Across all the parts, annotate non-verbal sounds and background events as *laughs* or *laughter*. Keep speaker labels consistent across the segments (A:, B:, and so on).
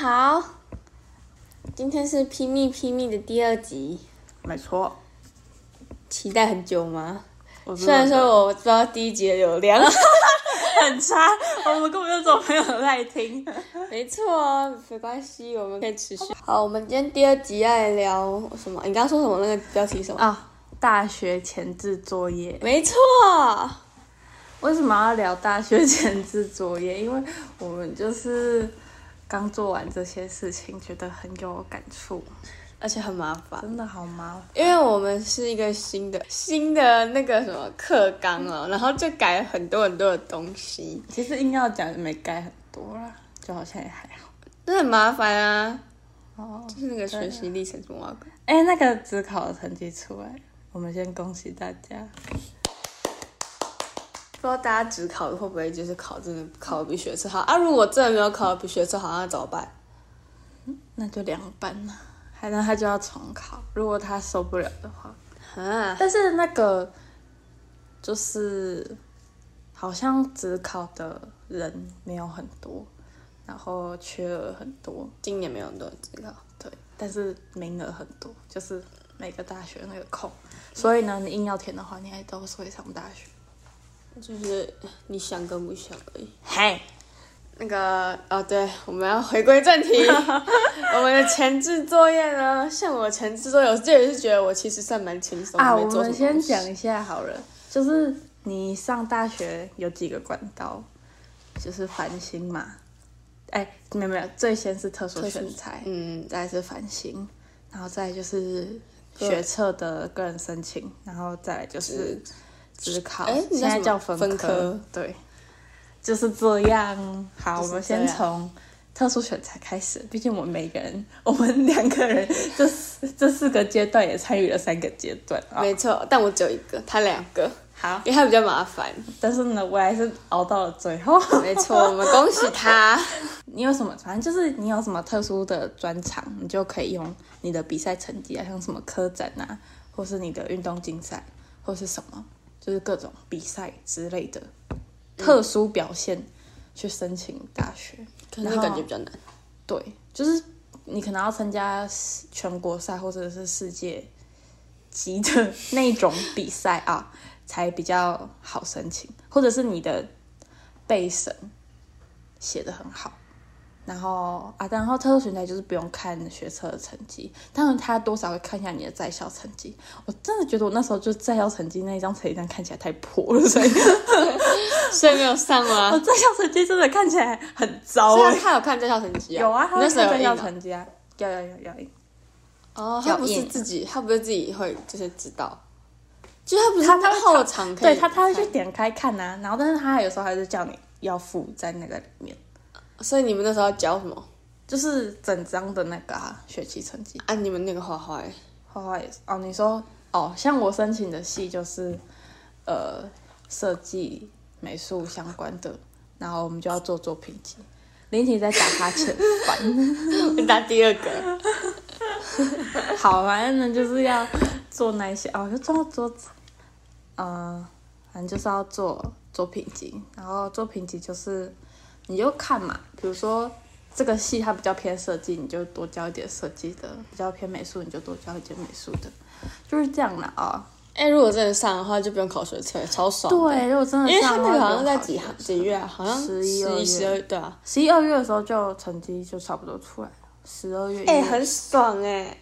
A: 好，今天是《拼命拼命》的第二集，
B: 没错，
A: 期待很久吗？
B: 我
A: 虽然说我知道第一集的流量，
B: 很差，我们根本就只有朋友在 *laughs* 听。
A: *laughs* 没错，没关系，我们可以持续。好，我们今天第二集要来聊什么？你刚刚说什么？那个标题是什么？
B: 啊，大学前置作业，
A: 没错，
B: 为什么要聊大学前置作业？因为我们就是刚做完这些事情，觉得很有感触，
A: 而且很麻烦。
B: 真的好麻烦。
A: 因为我们是一个新的新的那个什么课纲哦，然后就改了很多很多的东西，
B: 其实硬要讲，没改很多啦，就好像也还好。
A: 真的很麻烦啊。
B: 哦，
A: 就是那个学习历程什么啊
B: 哎，那个只考的成绩出来，我们先恭喜大家。
A: 不知道大家只考会不会就是考真的考得比学测好啊？如果真的没有考得比学测好，那怎么办？
B: 那就两班了，还能他就要重考，如果他受不了的话。
A: 啊，
B: 但是那个就是好像只考的人没有很多，然后缺额很多，
A: 今年没有很多人只考，
B: 对，但是名额很多，就是每个大学那个空。所以呢，你硬要填的话，你还都是会上大学。
A: 就是你想跟不想而已。
B: 嘿，
A: 那个哦，对，我们要回归正
B: *laughs*
A: 题。我们的前置作业呢，像我前置作业，我自己也是觉得我其实算蛮轻松的，
B: 啊，
A: 没
B: 我
A: 做什
B: 们
A: 么
B: 先
A: 东西
B: 讲一下好了，就是你上大学有几个管道，就是繁星嘛，哎，没有没有，最先是特殊
A: 特殊
B: 选材，
A: 嗯，
B: 再来是繁星，然后再来就是学测的个人申请，然后再来就是职考，
A: 哎你
B: 现
A: 叫什么
B: 在叫分
A: 分科
B: 对，就是这样。好，
A: 就是
B: 我们
A: 这样
B: 先从特殊选材开始，毕竟我们每个人， *laughs* 我们两个人这四这四个阶段也参与了三个阶段啊。
A: 没错，但我只有一个，他两个，
B: 好，
A: 因为他比较麻烦。
B: 但是呢，我还是熬到了最后。
A: 没错，我们恭喜他。
B: 你有什么，反正就是你有什么特殊的专长，你就可以用你的比赛成绩啊，像什么科展啊，或是你的运动竞赛，或是什么，就是各种比赛之类的特殊表现、去申请大学。
A: 可能
B: 然后
A: 感觉比较难。
B: 对，就是你可能要参加世全国赛或者是世界级的那种比赛啊，才比较好申请，或者是你的备审写的很好。然后啊，然后特殊选材就是不用看学测的成绩，当然他多少会看一下你的在校成绩。我真的觉得我那时候就在校成绩那一张成绩单看起来太破了，所以
A: 所以没有上
B: 我
A: 吗？
B: 在校成绩真的看起来很糟
A: 虽
B: 欸
A: 然他有看在校成绩啊，
B: 有啊，他
A: 你那
B: 会
A: 时候
B: 看
A: 哦有
B: 在校
A: 印吗
B: 成绩啊，要要要要印。
A: 哦，他
B: 有
A: 不是
B: 印
A: 自己，他不是自己会就是知道，就他不是他
B: 会
A: 后场可以
B: 对他，他会去
A: 看，
B: 点开看呐、然后但是他有时候还是叫你要附在那个里面，
A: 所以你们那时候教什么
B: 就是整张的那个、啊、学期成绩。
A: 啊？你们那个画画 *laughs* 欸，
B: 画画也是哦，你说哦，像我申请的系就是呃设计美术相关的，然后我们就要做作品集。林婷在打哈欠，
A: *laughs*
B: 烦。
A: 你打第二个，
B: *laughs* 好，反正呢就是要做那一些哦，就做桌子，呃，反正就是要做作品集，然后作品集就是你就看嘛，比如说这个系它比较偏设计，你就多教一点设计的；比较偏美术，你就多教一点美术的，就是这样的啊、
A: 哎，如果真的上的话，就不用考学测，超爽。，
B: 对，如果真的
A: 因为他
B: 上的
A: 那
B: 话
A: 个好像
B: 就
A: 在
B: 考
A: 几
B: 学
A: 行
B: 测
A: 几月啊？好像
B: 十一
A: 一
B: 二月
A: 十二，对啊。
B: 十一二月的时候就成绩就差不多出来了，十二月
A: 哎，
B: 一月
A: 很爽哎，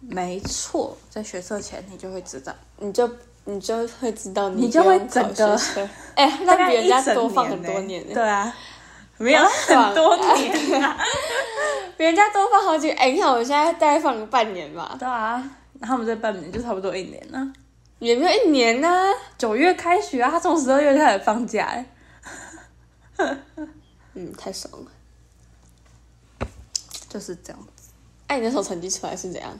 B: 没错，在学测前你就会知道。
A: 你就。你就会知道你
B: 你就会
A: 不用考
B: 整个
A: 学测， *laughs* 哎，那比人家多放很多年
B: 呢
A: 欸
B: 对啊，没有
A: 好爽
B: 很多年啊。 *laughs*
A: 比人家多放好几，哎，你看我现在大概放了半年吧，
B: 对啊，然后我们这半年就差不多一年了。
A: 也没有一年呢、
B: 九月开学啊，他从十二月就开始放假、欸，
A: 嗯，太爽了。
B: 就是这样子。
A: 哎、你那时候成绩出来是怎样？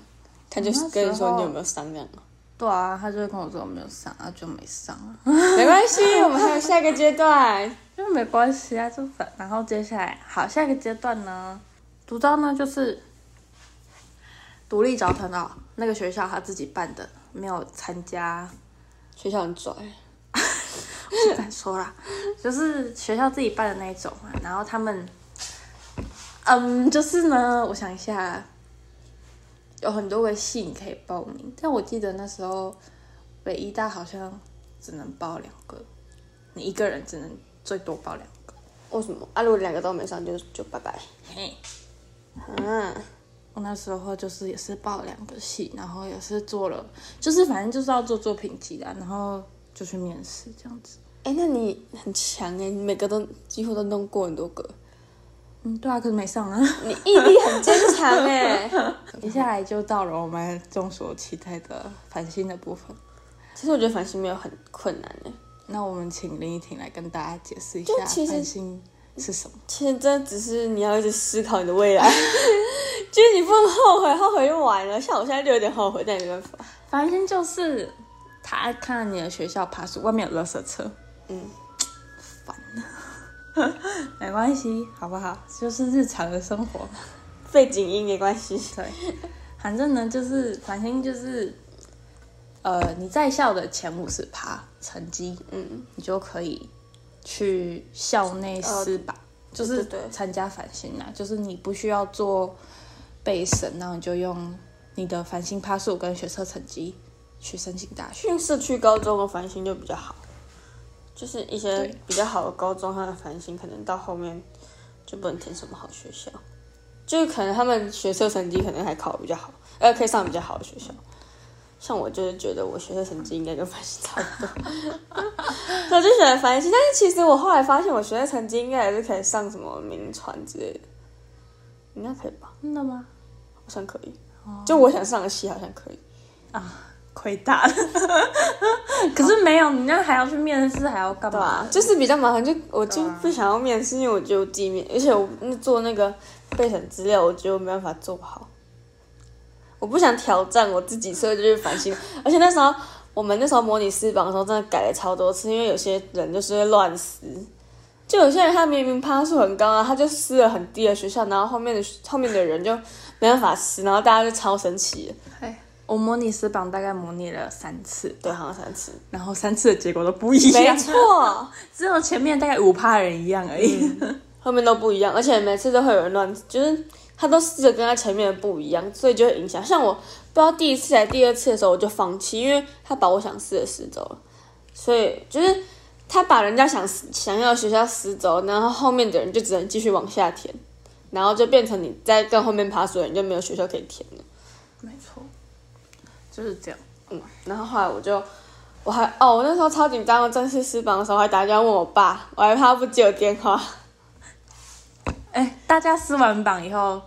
A: 他就
B: 我那时候
A: 跟你说你有没有上这样吗？
B: 对啊，他就会跟我说我没有上啊，就没上啊，
A: 没关系，我们还有下一个阶段。
B: *laughs* 就没关系啊，就反。然后接下来，好，下一个阶段呢，独招呢就是独立招生哦，那个学校他自己办的，没有参加
A: 学校很拽，
B: 不敢说啦，就是学校自己办的那一种嘛。然后他们嗯，就是呢，我想一下，有很多个系你可以报名，但我记得那时候北医大好像只能报两个，你一个人只能最多报两个。
A: 为什么？啊，如果两个都没上，就就拜拜。
B: 嘿，
A: 啊，
B: 我那时候就是也是报两个系，然后也是做了，就是反正就是要做作品集啦，然后就去面试这样子。
A: 哎，那你很强哎，你每个都几乎都弄过很多个，
B: 嗯，对啊，可是没上啊。
A: 你毅力很坚强哎。
B: 接下来就到了我们众所期待的繁星的部分。
A: 其实我觉得繁星没有很困难哎，
B: 那我们请林依婷来跟大家解释一下
A: 就其实
B: 繁星是什么。
A: 其实这只是你要一直思考你的未来， *laughs* 就是你不能后悔，后悔就完了。像我现在就有点后悔，但也没办法。
B: 繁星就是他看你的学校爬树，外面有垃圾车，
A: 嗯，
B: 没关系，好不好？就是日常的生活。
A: 背景音没关系。
B: *laughs* 对，反正呢，就是繁星就是，呃，你在校的前五十趴成绩，
A: 嗯，
B: 你就可以去校内师吧，就
A: 对
B: 是
A: 呃对对
B: 参加繁星啦，就是你不需要做备审，那你就用你的繁星趴数跟学测成绩去申请大学。
A: 去社区高中的繁星就比较好，就是一些比较好的高中，它的繁星可能到后面就不能填什么好学校，就是可能他们学测成绩可能还考得比较好，呃，可以上比较好的学校。像我就是觉得我学测成绩应该跟繁星差不多，所以我就选了繁星。但是其实我后来发现，我学测成绩应该还是可以上什么名传之类的，应该可以吧？
B: 真的吗？
A: 好像可以，就我想上的系好像可以。
B: 亏大了， *laughs* 可是没有，你那还要去面试，还要干
A: 对啊
B: 嘛？，
A: 就是比较麻烦，就我就不想要面试，因为我觉得我自己面，而且我做那个备审资料，我觉得我没办法做好，我不想挑战我自己，所以就是反省。而且那时候我们那时候模拟私榜的时候，真的改了超多次，因为有些人就是会乱撕，就有些人他明明趴数很高啊，他就撕了很低的学校，然后后面的后面的人就没办法撕，然后大家就超生气的，
B: 哎我模拟死榜大概模拟了三次，
A: 对，好像三次，
B: 然后三次的结果都不一
A: 没
B: 样，
A: 错。
B: 只有前面大概五趴人一样而已。
A: 后面都不一样，而且每次都会有人乱，就是他都试着跟他前面的不一样，所以就会影响。像我不知道第一次还是第二次的时候，我就放弃，因为他把我想试的试走了，所以就是他把人家想撕想要的学校撕走，然后后面的人就只能继续往下填，然后就变成你在更后面爬索的人就没有学校可以填了。
B: *laughs* 没错，就是这样。
A: 嗯，然后后来我就，我还哦，我那时候超紧张，我正式撕榜的时候还打电话问我爸，我还怕他不接我电话。
B: 哎、大家撕完榜以后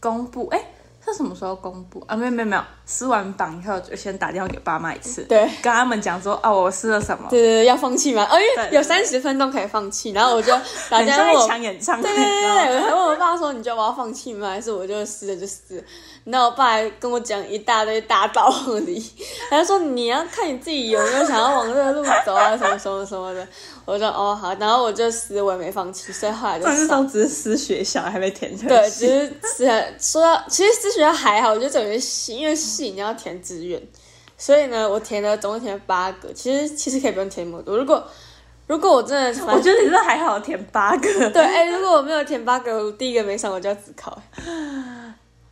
B: 公布，哎、是什么时候公布啊？没有没有没有，撕完榜以后就先打电话给爸妈一次，
A: 对
B: 跟他们讲说啊，我撕了什么，
A: 对对对，要放弃吗？哦，因为
B: 对
A: 有三十分钟可以放弃，然后
B: *laughs*
A: 我就打
B: 很
A: 电
B: 像
A: 话问
B: 在
A: 我，
B: 抢演唱会，
A: 对对对对，我还问我爸说，你觉得我要放弃吗？还是我就撕了就撕了？然后我爸还跟我讲一大堆大道理， *laughs* 他就说你要看你自己有没有想要往这个路走啊，什么什么什么的。我就说哦好，然后我就撕，我也没放弃，所以后来就
B: 这
A: 上
B: 都只是撕学校，还没填
A: *laughs*
B: 成
A: 对，
B: 绩
A: 其实是说到，其实自学校还好，我觉得整个系，因为系你要填志愿，所以呢，我填了总共填了八个，其实其实可以不用填那么多。如果如果我真的，
B: 我觉得你这还好，填八个，
A: *laughs* 对，哎、如果我没有填八个，我第一个没上我就要自考，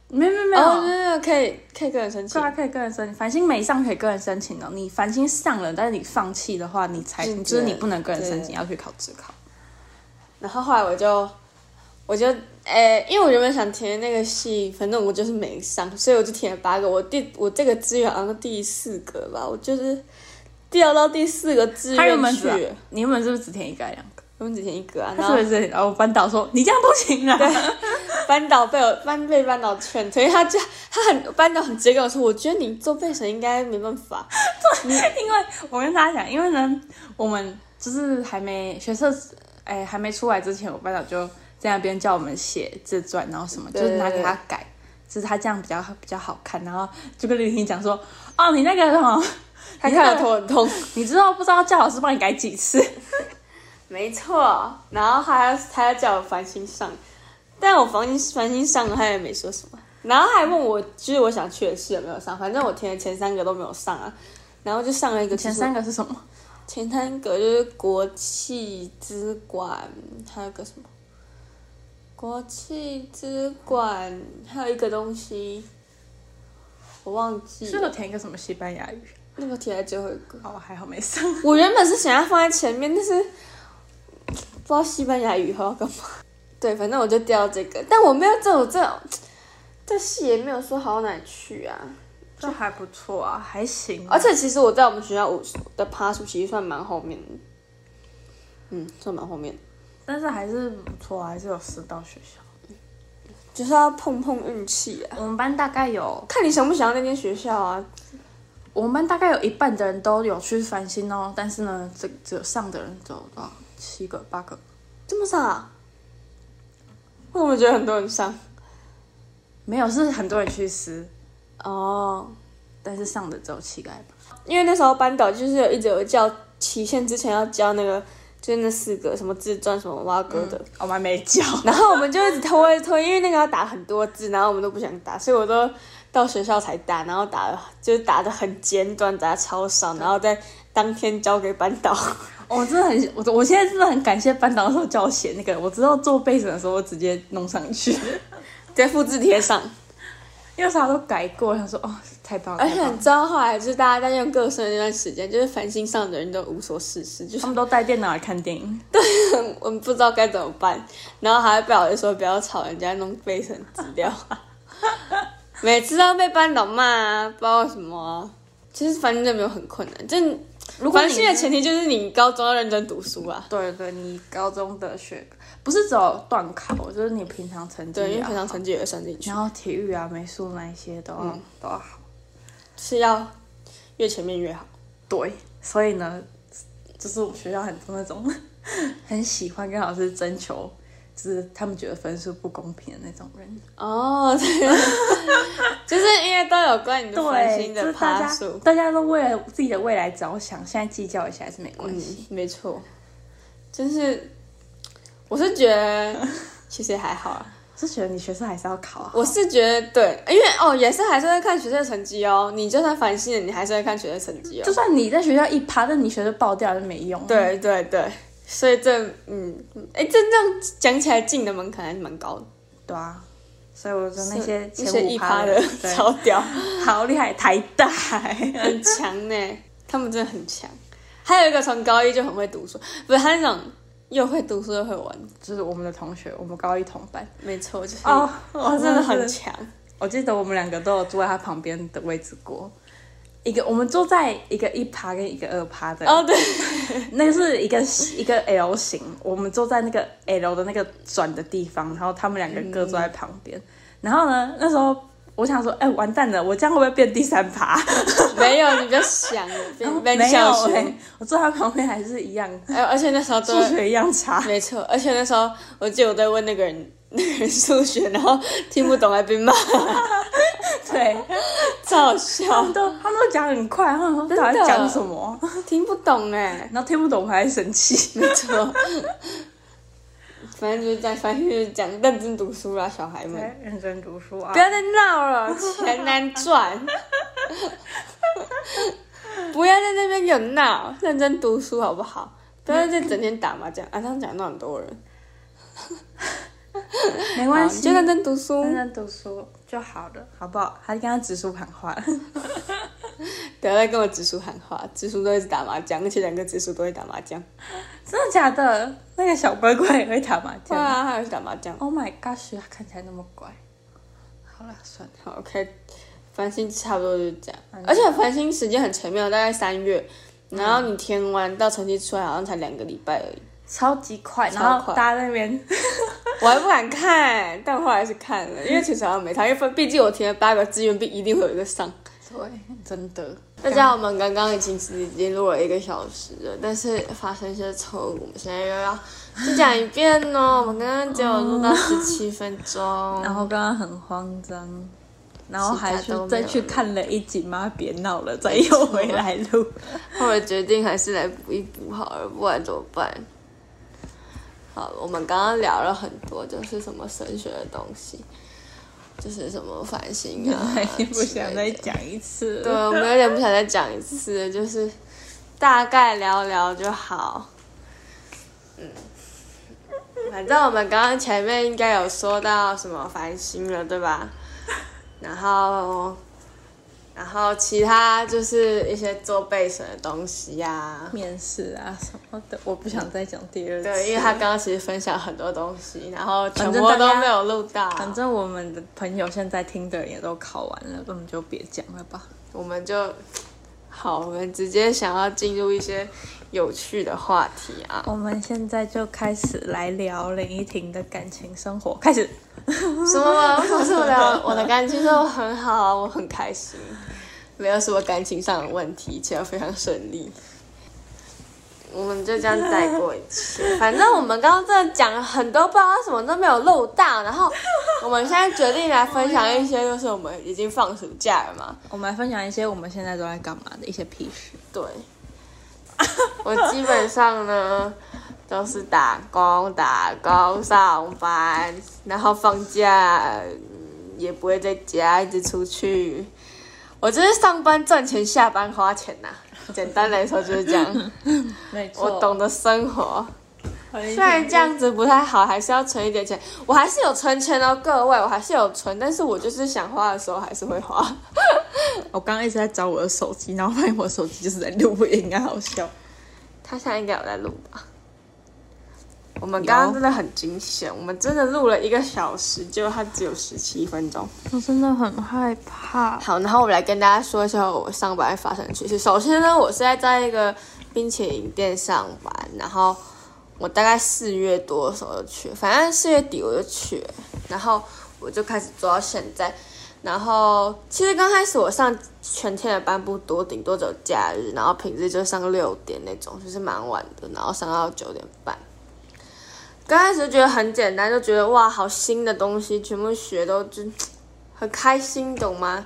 B: 没有没有没
A: 然后
B: 有。
A: 没有没有可以可以个人申
B: 对
A: 请，
B: 啊，可以个人申请。繁星没上可以个人申请哦。你繁星上了，但是你放弃的话，你才
A: 嗯
B: 就是
A: 对
B: 你不能个人申请，
A: 对
B: 要去考职考。
A: 然后后来我就我就哎、因为我原本想填那个系，反正我就是没上，所以我就填了八个，我第我这个志愿好像第四个吧，我就是掉到第四个志
B: 他原本
A: 愿去
B: 只
A: 了。
B: 你原本是不是只填一个还是两个？
A: 我们只填一个啊，然
B: 他
A: 后
B: 是不是然哦后班导说你这样不行啊？
A: 班导被我班被班导劝退，他就他很班导很直接跟我说，我觉得你做备审应该没办法。
B: *laughs* 因为我跟大家讲，因为呢，我们就是还没学测，哎，还没出来之前，我班长就在那边叫我们写自传，然后什么，就
A: 对
B: 是拿给他改，就是他这样比较比较好看，然后就跟林婷讲说，哦，你那个什么， *laughs*
A: 他看了头很痛，
B: 你知道不知道叫老师帮你改几 *laughs* 次？
A: *laughs* 没错。然后他还要他要叫我繁星上，但我繁星繁星上了，他也没说什么。然后他还问我，就是我想去的系有没有上，反正我填的前三个都没有上啊。然后就上了一个
B: 前
A: 就是
B: 三个是什么？
A: 前三个就是国际资管，还有个什么国际资管还有一个东西，我忘记
B: 是
A: 了，
B: 有填一个什么西班牙语？
A: 那个题还最后一个。
B: 哦，还好没上。
A: 我原本是想要放在前面，但是不知道西班牙语以后要干嘛。对，反正我就掉这个，但我没有这种这种，这戏也没有说好到哪里去啊。
B: 这还不错啊，还行
A: 而且其实我在我们学校我的趴数其实算蛮后面的，嗯，算蛮后面的，
B: 但是还是不错啊，还是有私到学校。
A: 就是要碰碰运气啊，
B: 我们班大概有，
A: 看你想不想要那间学校啊。
B: 我们班大概有一半的人都有去繁星哦，但是呢，只只有上的人只有多少七个八个，
A: 这么少啊？为什么觉得很多人上？
B: 没有是很多人去私，
A: 哦，
B: 但是上的只有七个还八个。
A: 因为那时候班导就是有一直有叫期限之前要交那个，就是那四个什么自传什么挖哥的，
B: 我们没教，
A: *laughs* 然后我们就一直拖一直拖，因为那个要打很多字，然后我们都不想打，所以我都到学校才打，然后打了就是打的很简短，打得超少，然后在当天交给班导。
B: *laughs*
A: *laughs*
B: 我真的很，我我现在真的很感谢班导的时候叫我写那个，我知道做备审的时候我直接弄上去， *laughs*
A: 在复制贴上，
B: 因为啥都改过，我想说哦，太棒了，
A: 而且
B: 太棒
A: 你
B: 了
A: 知道后来就是大家在用各生的那段时间，就是烦心上的人都无所事事，就是 *laughs*
B: *laughs* 他们都带电脑来看电影，
A: 我们不知道该怎么办，然后还被老师说不要吵人家弄备审资
B: *laughs*
A: 料，每次都被班导骂啊，不知道为什么啊、其实反正就没有很困难，就
B: 如果
A: 烦
B: 你
A: 心的前提就是你高中要认真读书啊。
B: 对对，你高中的学不是只有断考，就是你平常成绩
A: 对，因为
B: 也要
A: 平常成绩也会算进去，
B: 然后体育啊、美术那一些都要、都要好。
A: 是要越前面越好。
B: 对，所以呢，就是我们学校很多那种 *laughs* 很喜欢跟老师征求，就是他们觉得分数不公平的那种人。
A: 哦，对， *laughs* 就是因为都有关你的烦心
B: 就
A: 的
B: 是大
A: 趴
B: 家
A: 数，
B: 大家都为了自己的未来着想，现在计较一下还是没关
A: 嗯
B: 系。，
A: 没错，就是我是觉得其实还好啊。
B: 是觉得你学生还是要考啊好
A: 我是觉得对，因为哦，也是还是会看学生成绩哦。你就算烦心了，你还是会看学生成绩哦
B: 就。算你在学校一趴，但你学生爆掉就没用。，
A: 对对对，所以这嗯，哎，这这样讲起来，进的门槛还是蛮高的。
B: 对啊。所以我说那些
A: 那
B: 前
A: 些
B: 五
A: 一趴
B: 的
A: 的 *laughs*
B: 对 *laughs*
A: 超屌，
B: 好厉害，台大、欸。
A: 很强呢，他们真的很强。还有一个从高一就很会读书，不是他那种又会读书又会玩，
B: *laughs* 就是我们的同学，我们高一同班。
A: 没错，就是
B: *laughs* 哦我
A: 他真的
B: 真
A: 很
B: 的
A: 强。
B: 我记得我们两个都有坐在他旁边的位置过，一个我们坐在一个一趴跟一个二趴的，
A: 哦，对，
B: 那个是一个一个 L 型，我们坐在那个 L 的那个转的地方，然后他们两个各坐在旁边。然后呢，那时候我想说，哎、完蛋了，我这样会不会变第三趴？
A: 没有，你不要想了，别别
B: *laughs* 没有
A: 笑学
B: 哎、。我坐在他旁边还是一样，
A: 哎，而且那时候都
B: 数学一
A: *laughs*
B: 样差。
A: 没错，而且那时候我记得我在问那个人，那个人数学，然后听不懂还被骂，
B: 对，
A: 超好
B: 他
A: 笑
B: 们，都他们都讲很快，他们说到底
A: 真的
B: 在讲什么？
A: *laughs* 听不懂哎，
B: 然后听不懂我还
A: *laughs*
B: 生气。
A: 没错，反正就是在，反正就是讲认真读书啦，小孩们，
B: 认真读书啊
A: 不！要再闹了，钱难赚， *laughs* 不要在那边有闹，认真读书好不好？不要再整天打麻将，啊，这样讲到很多人，
B: 没
A: 好
B: 关
A: 你
B: 系，
A: 就认真读书，
B: 认真读书就好了，好不好？他刚刚指出喊话 *laughs* 了，
A: 不要再跟我直属喊话，直属都一直打麻将，而且两个直属都会打麻将。
B: 真的假的？那个小乖乖也会打麻
A: 对
B: 将。
A: 啊，还有去打麻将。
B: Oh my gosh，他看起来那么乖。好啦，算了，
A: 好，OK，繁星差不多就是这样
B: 嗯。
A: 而且繁星时间很前面，大概三月，然后你填完到成绩出来好像才两个礼拜而已。
B: 超级快，
A: 超
B: 然后
A: 快
B: 大家在那边， *laughs*
A: 我还不敢看，但我后来是看了，因为其实好像没差，因为毕竟我填了八个志愿，必一定会有一个上。
B: 对，真的，
A: 大家，我们刚刚已经已经录了一个小时了，但是发生一些错误，我们现在又要再讲一遍哦。我们刚刚只有录到十七分钟，
B: 然后刚刚很慌张。然后还
A: 其他
B: 去
A: 都没有
B: 再去看了一集《妈别闹了》，再又回来 *laughs* 录。，
A: *laughs* 后来决定还是来补一补好了，不然怎么办？好，我们刚刚聊了很多，就是什么神学的东西，就是什么反省啊
B: *laughs* 不想再
A: 之类的。
B: 讲一次
A: 对，
B: 了。
A: 呃我们有点不想再讲一次，就是大概聊聊就好。嗯，反正我们刚刚前面应该有说到什么繁星了，对吧？然后，然后其他就是一些做备审的东西呀、
B: 面试啊什么的，我不想再讲第二次。
A: 对，因为他刚刚其实分享很多东西，然后全
B: 反
A: 部
B: 正大家
A: 都没有录到。
B: 反正我们的朋友现在听的也都考完了，我们就别讲了吧。
A: 我们就好，我们直接想要进入一些有趣的话题啊。
B: 我们现在就开始来聊林依婷的感情生活，开始。
A: 什么？为什么是我的我的感情都很好，我很开心，没有什么感情上的问题，一切都非常顺利。我们就这样带过一切，反正我们刚刚真的讲了很多，不知道什么都没有漏到。然后我们现在决定来分享一些，就是我们已经放暑假了嘛。
B: 我们来分享一些我们现在都在干嘛的一些屁事。
A: 对，我基本上呢都是打工、打工、上班，然后放假、嗯也不会在家，一直出去。我就是上班赚钱，下班花钱
B: *laughs*
A: 呐、简单来说就是这样，
B: 没错
A: 我懂。得生活。
B: 虽
A: 虽然这，样子不太好，还是要存一点钱。我还是有存钱哦，各位，我还是有存，但是我就是想花的时候还是会花。
B: 我刚刚一直在找我的手机，然后发现我的手机就是在录音，该好笑。
A: 他现在应该有在录吧？我们刚刚真的很惊险，我们真的录了一个小时，结果它只有十七分钟。
B: 我真的很害怕。
A: 好，然后我们来跟大家说一下我上班发生的趣事。首先呢，我是在在一个冰淇淋店上班，然后我大概四月多的时候就去，反正四月底我就去了，然后我就开始做到现在。然后其实刚开始我上全天的班不多，顶多只有假日，然后平日就上六点那种，就是蛮晚的，然后上到九点半。刚开始觉得很简单，就觉得哇，好新的东西，全部学都就很开心，懂吗？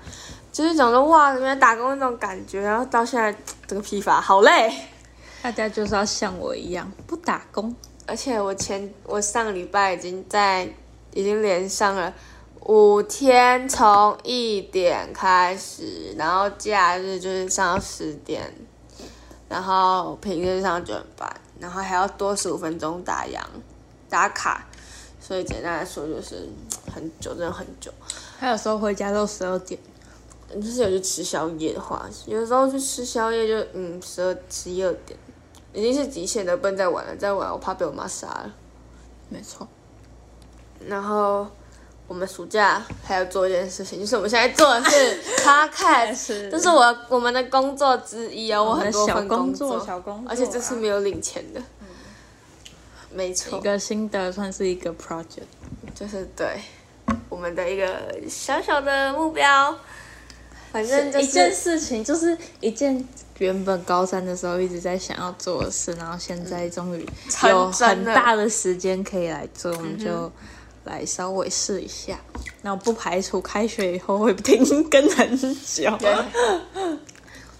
A: 就是想说哇，原来打工那种感觉，然后到现在整个疲乏，好累。 *laughs*
B: 大家就是要像我一样不打工，
A: 而且我前我上礼拜已经在已经连上了五天，从一点开始，然后假日就是上到十点，然后平日上九点半，然后还要多十五分钟打烊打卡，所以简单来说就是很久，真的很久。
B: 他有时候回家都十二点。
A: 就是有去吃宵夜的话，有时候去吃宵夜就嗯十二十一二点，已经是极限了，不能再晚了，再晚我怕被我妈杀了。
B: 没错，
A: 然后我们暑假还要做一件事情，就是我们现在做的
B: *laughs*
A: 是 podcast，
B: 是
A: 这是我我们的工作之一哦，我
B: 我们
A: 很
B: 的
A: 多
B: 小
A: 份
B: 工
A: 作，
B: 作，小工作啊，
A: 而且这是没有领钱的，没错
B: 一，个新的，算是一个 project。
A: 就是对我们的一个小小的目标，反正就是
B: 一件事情，就是一件原本高三的时候一直在想要做的事，然后现在终于有很大的时间可以来做，
A: 嗯
B: 我们就来稍微试一下。那我不排除开学以后会停更很久，
A: 对，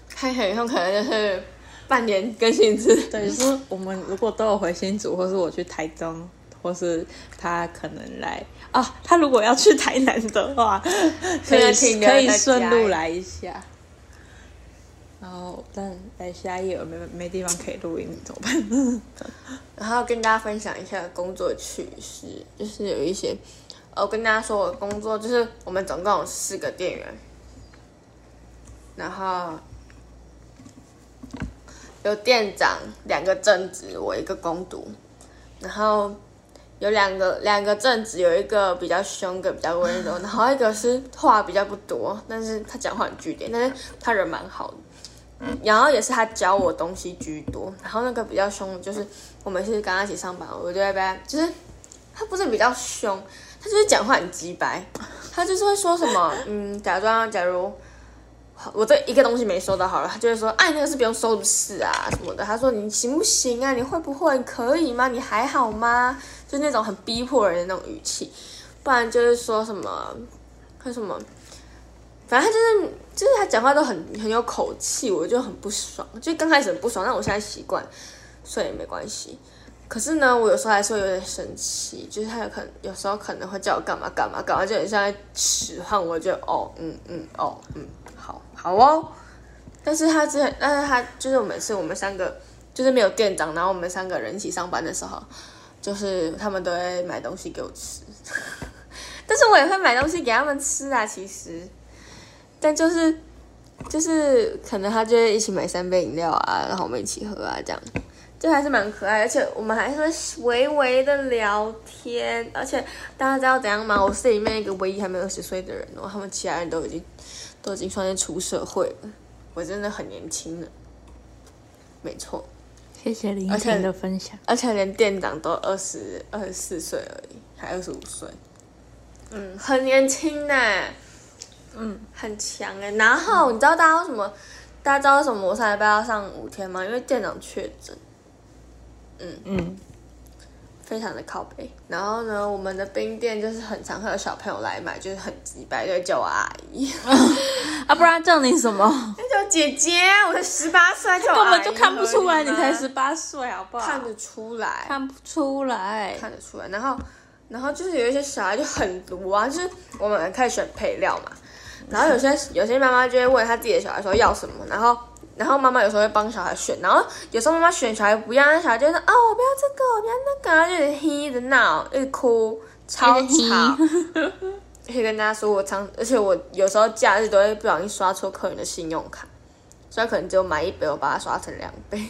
A: 开始以后可能就是半年更新一次。
B: 对，就是我们如果都有回新竹，或是我去台中，或是他可能来啊，他如果要去台南的 *laughs* 话，可
A: 以
B: 以
A: 停留
B: 可以
A: 在家
B: 顺路来一下。然后，但来下一页我没没地方可以录音，怎么办？
A: 然后跟大家分享一下工作趣事，就是有一些，呃，我跟大家说我的工作就是我们总共有四个店员，然后有店长，两个正职，我一个工读，然后有两个两个正职，有一个比较凶，一个比较温柔，然后一个是话比较不多，但是他讲话很据点，但是他人蛮好的。然后也是他教我东西居多，然后那个比较凶的就是我们是刚刚一起上班，我就在被他就是他不是比较凶，他就是讲话很鸡掰，他就是会说什么嗯，假装假如我这一个东西没收到好了，他就会说哎、那个是不用收的事啊什么的，他说你行不行啊？你会不会？你可以吗？你还好吗？就那种很逼迫人的那种语气，不然就是说什么说什么。反正他就是就是他讲话都很很有口气，我就很不爽，就刚开始很不爽，但我现在习惯，所以没关系。可是呢，我有时候还是会有点生气，就是他有可能有时候可能会叫我干嘛干嘛干嘛，就很像在使唤我，就哦嗯嗯哦嗯，好好哦。但是他之前，但是他就是我每次我们三个就是没有店长，然后我们三个人一起上班的时候，就是他们都会买东西给我吃， *laughs* 但是我也会买东西给他们吃啊，其实，但就是就是可能他就会一起买三杯饮料啊，然后我们一起喝啊，这样，就还是蛮可爱，而且我们还是会微微的聊天，而且大家知道怎样吗？我是里面一个唯一还没有二十岁的人哦，他们其他人都已经都已经算是出社会了，我真的很年轻了，没错。
B: 谢谢林
A: 而且
B: 婷的分享。
A: 而且连店长都二十二十四岁而已，还二十五岁，嗯，很年轻呢，嗯，很强哎。然后你知道大家为什么？大家知道为什么我上礼拜要上五天吗？因为店长确诊，
B: *laughs* 嗯，
A: 非常的靠背。然后呢，我们的冰店就是很常会有小朋友来买，就是很鸡掰，就会叫我阿
B: *laughs*
A: 姨，
B: 啊，不然叫你什 *laughs* 么？
A: 那叫姐姐啊，我才十八岁，叫我
B: 根
A: 阿姨
B: 本就看不出来，
A: 合理
B: 你
A: 吗
B: 才十八岁，好不好？
A: 看得出来，
B: 看不出来。
A: 看得出来。然后，然后就是有一些小孩就很毒啊，就是我们开始选配料嘛，然后有些有些妈妈就会问她自己的小孩说要什么，然后然后妈妈有时候会帮小孩选，然后有时候妈妈选小孩不要，那小孩就会说啊、我不要这个，我不要那个，然后就一直嘿一直闹，一直哭，超
B: 一直
A: 吵
B: 嘿。
A: 可以跟大家说，我常，而且我有时候假日都会不小心刷错客人的信用卡，所以可能只有买一杯，我把它刷成两杯。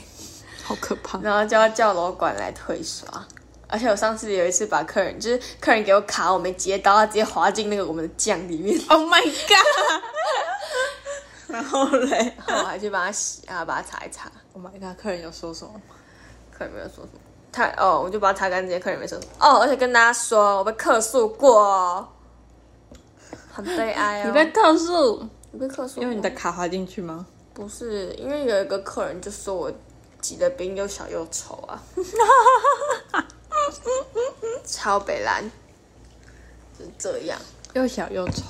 B: 好可怕！
A: 然后就要叫楼管来退刷。而且我上次有一次把客人，就是客人给我卡，我没接到，他直接滑进那个我们的酱里
B: *laughs*
A: 面，
B: Oh my god！然后嘞
A: 然后我还去帮他洗啊，把它擦一擦。
B: ，Oh my god！客人有说什么吗？
A: 客人没有说什么，他哦，我就把它擦干净，客人没说什么。哦，而且跟大家说，我被客诉过、哦，很悲哀哦。
B: *laughs* 你被客诉，
A: 你被客诉过，
B: 因为你的卡滑进去吗？
A: 不是因为有一个客人就说我挤的冰又小又丑
B: *laughs*
A: 啊，超北蓝，就是这样。
B: 又小又丑。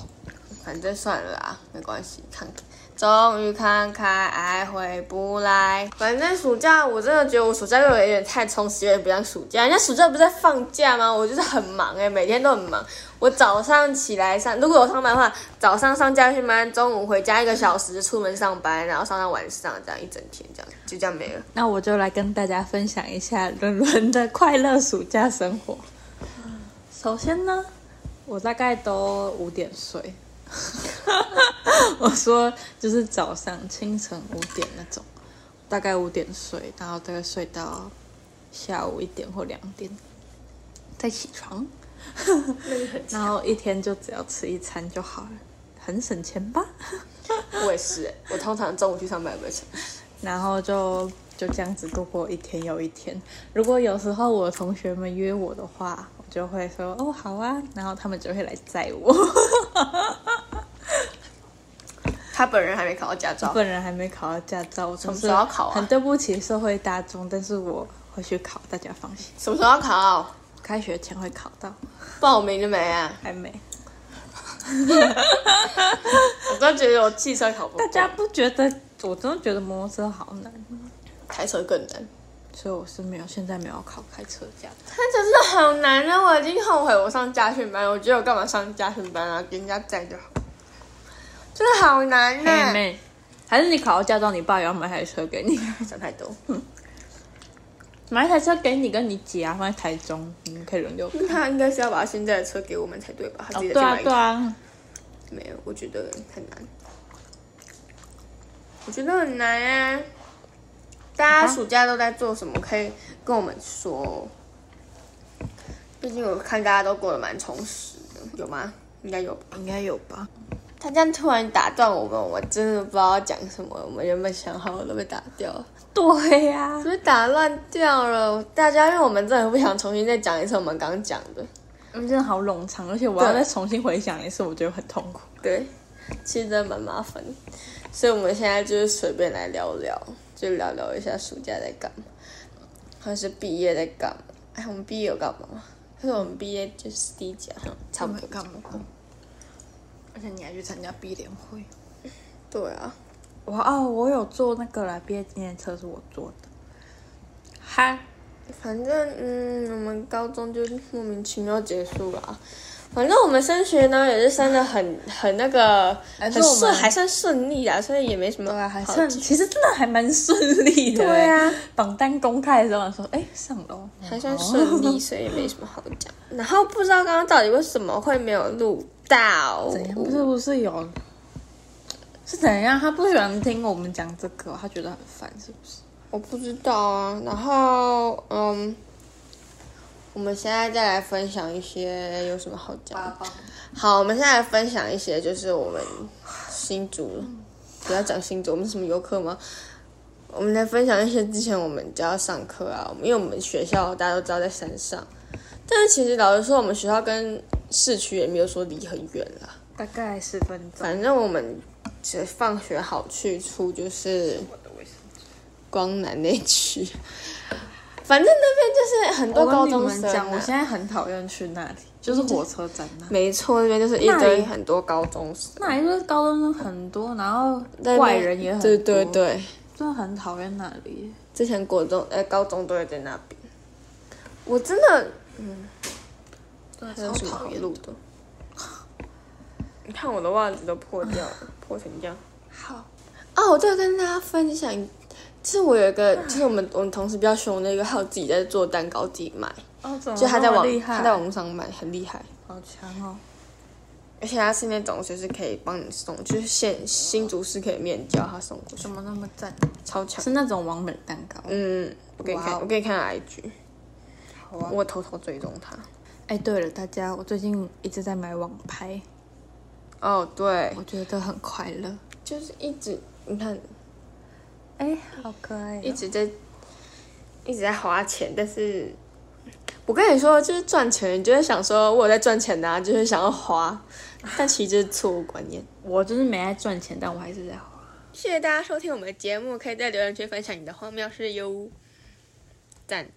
A: 反正算了啦，没关系，看开。终于看开，爱回不来。反正暑假我真的觉得我暑假又有一点太充实，有点不像暑假。人家暑假不是在放假吗？我就是很忙哎、每天都很忙。我早上起来上，如果有上班的话，早上上家训班，中午回家一个小时，出门上班，然后上到晚上，这样一整天，这样就这样没了。
B: 那我就来跟大家分享一下伦伦的快乐暑假生活。首先呢，我大概都五点睡， *laughs* 我说就是早上清晨五点那种，大概五点睡，然后大概睡到下午一点或两点再起床， *laughs* 然后一天就只要吃一餐就好了，很省钱吧。
A: 我也是、欸，我通常中午去上班也不会成。
B: 然后就就这样子度过一天又一天。如果有时候我同学们约我的话，我就会说哦好啊，然后他们就会来载我。
A: 他本人还没考到驾照，
B: 本人还没考到驾照，我从
A: 什么时候要考啊
B: 很对不起社会大众，但是我会去考，大家放心。
A: 什么时候要考？
B: 开学前会考到，
A: 报名了没啊？
B: 还没。
A: 我都觉得我汽车考不过
B: 大，家不觉得？我真的觉得摩托车好难，
A: 开车更难。
B: 所以我是没有现在没有考开车驾
A: *laughs*
B: 照。
A: 那真的好难啊！我已经后悔我上家训班，我觉得我干嘛上家训班啊？给人家载就好。真的好难呢、啊
B: 妹妹， *laughs* 还是你考到驾照，你爸也要买台车给你。 *laughs*
A: 想太多。
B: 买一台车给你跟你姐啊，放在台中，你们可以轮流。
A: 那他应该是要把他现在的车给我们才哦对吧？他自己再去买一
B: 对啊对
A: 台。
B: 啊，
A: 没有，我觉得很难。我觉得很难啊！大家暑假都在做什么？可以跟我们说哦。毕竟我看大家都过得蛮充实的，有吗？应该有吧。
B: 应该有吧？
A: 他这样突然打断我们，我真的不知道讲什么。我们原本想好的都被打掉了，
B: 对呀、
A: 是不是打乱掉了？大家，因为我们真的不想重新再讲一次我们刚讲的。
B: 我们真的好冗长，而且我要
A: 对
B: 再重新回想一次，我觉得很痛苦。
A: 对，其实真的蛮麻烦的，所以我们现在就是随便来聊聊，就聊聊一下暑假在干嘛，或是毕业在干嘛。哎，我们毕业有干嘛吗？可是我们毕业就是第一节，好像差不多。
B: 干嘛？而且你还去参加毕联会？
A: 对啊，
B: 我哦，我有做那个啦，毕业纪念册是我做的。嗨，
A: 反正嗯，我们高中就莫名其妙结束了啊。反正我们升学呢也是升的很很那个，
B: 还
A: 很
B: 是哎我
A: 顺，
B: 们
A: 还算顺利啊，所以也没什么
B: 对啊，还
A: 好
B: 算
A: 讲
B: 其实真的还蛮顺利的。
A: 对啊，嗯
B: 榜单公开的时候想说，哎，上楼，
A: 还算顺
B: *laughs*
A: 利，所以也没什么好讲。然后不知道刚刚到底为什么会没有录到，
B: 怎样？不是不是有，是怎样？他不喜欢听我们讲这个，他觉得很烦，是不是？
A: 我不知道啊。然后嗯，我们现在再来分享一些有什么好讲的。好，我们现在来分享一些，就是我们新竹，不要讲新竹，我们是什么游客吗？我们来分享一些之前我们就要上课啊，我们因为我们学校大家都知道在山上，但是其实老实说，我们学校跟市区也没有说离很远啦。
B: 大概十分钟。
A: 反正我们只放学好去处就是光南那区， *laughs* 反正那边就是很多
B: 我
A: 高
B: 跟你
A: 中
B: 们
A: 生、
B: 讲，我
A: 啊
B: 现。在很讨厌去那里，就是火车站那。
A: 没错，那边就是一
B: 那
A: 堆
B: 里
A: 很多高中生，
B: 那里就是高中生很多，然后
A: 在那边
B: 怪人也很多，
A: 对对，对，
B: 真的很讨厌那里。
A: 之前国中呃高中都会在那边。我真的
B: 真
A: 没有什么好录的。
B: 哦
A: *laughs* 你看我的袜子都破掉了，破成这样。
B: 好，
A: 哦，我再跟大家分享，就是我有一个，就是我们我们同事比较凶的一个，他有自己在做蛋糕，自己卖。
B: 哦，怎么
A: 就他在
B: 那么
A: 网
B: 厉害，
A: 他在网络上卖，很厉害。
B: 好强哦，
A: 而且他是那种就是可以帮你送，就是现新竹市可以面交，他送过去
B: 怎，么那么赞？
A: 超强。
B: 是那种完美蛋糕。
A: 嗯，我给你看，
B: 哇哦
A: 我给你看 IG，
B: 好啊。
A: 我偷偷追踪他。
B: 哎，对了，大家，我最近一直在买网拍，
A: 哦，对，
B: 我觉得很快乐。
A: 就是一直你看
B: 哎，好可爱
A: 一直在一直在花钱，但是我跟你说，就是赚钱，你就会想说我有在赚钱呐、啊，就是想要花，但其实就是错误观念。
B: 我就是没在赚钱，但我还是在花。
A: 谢谢大家收听我们的节目，可以在留言区分享你的荒谬事哟，赞。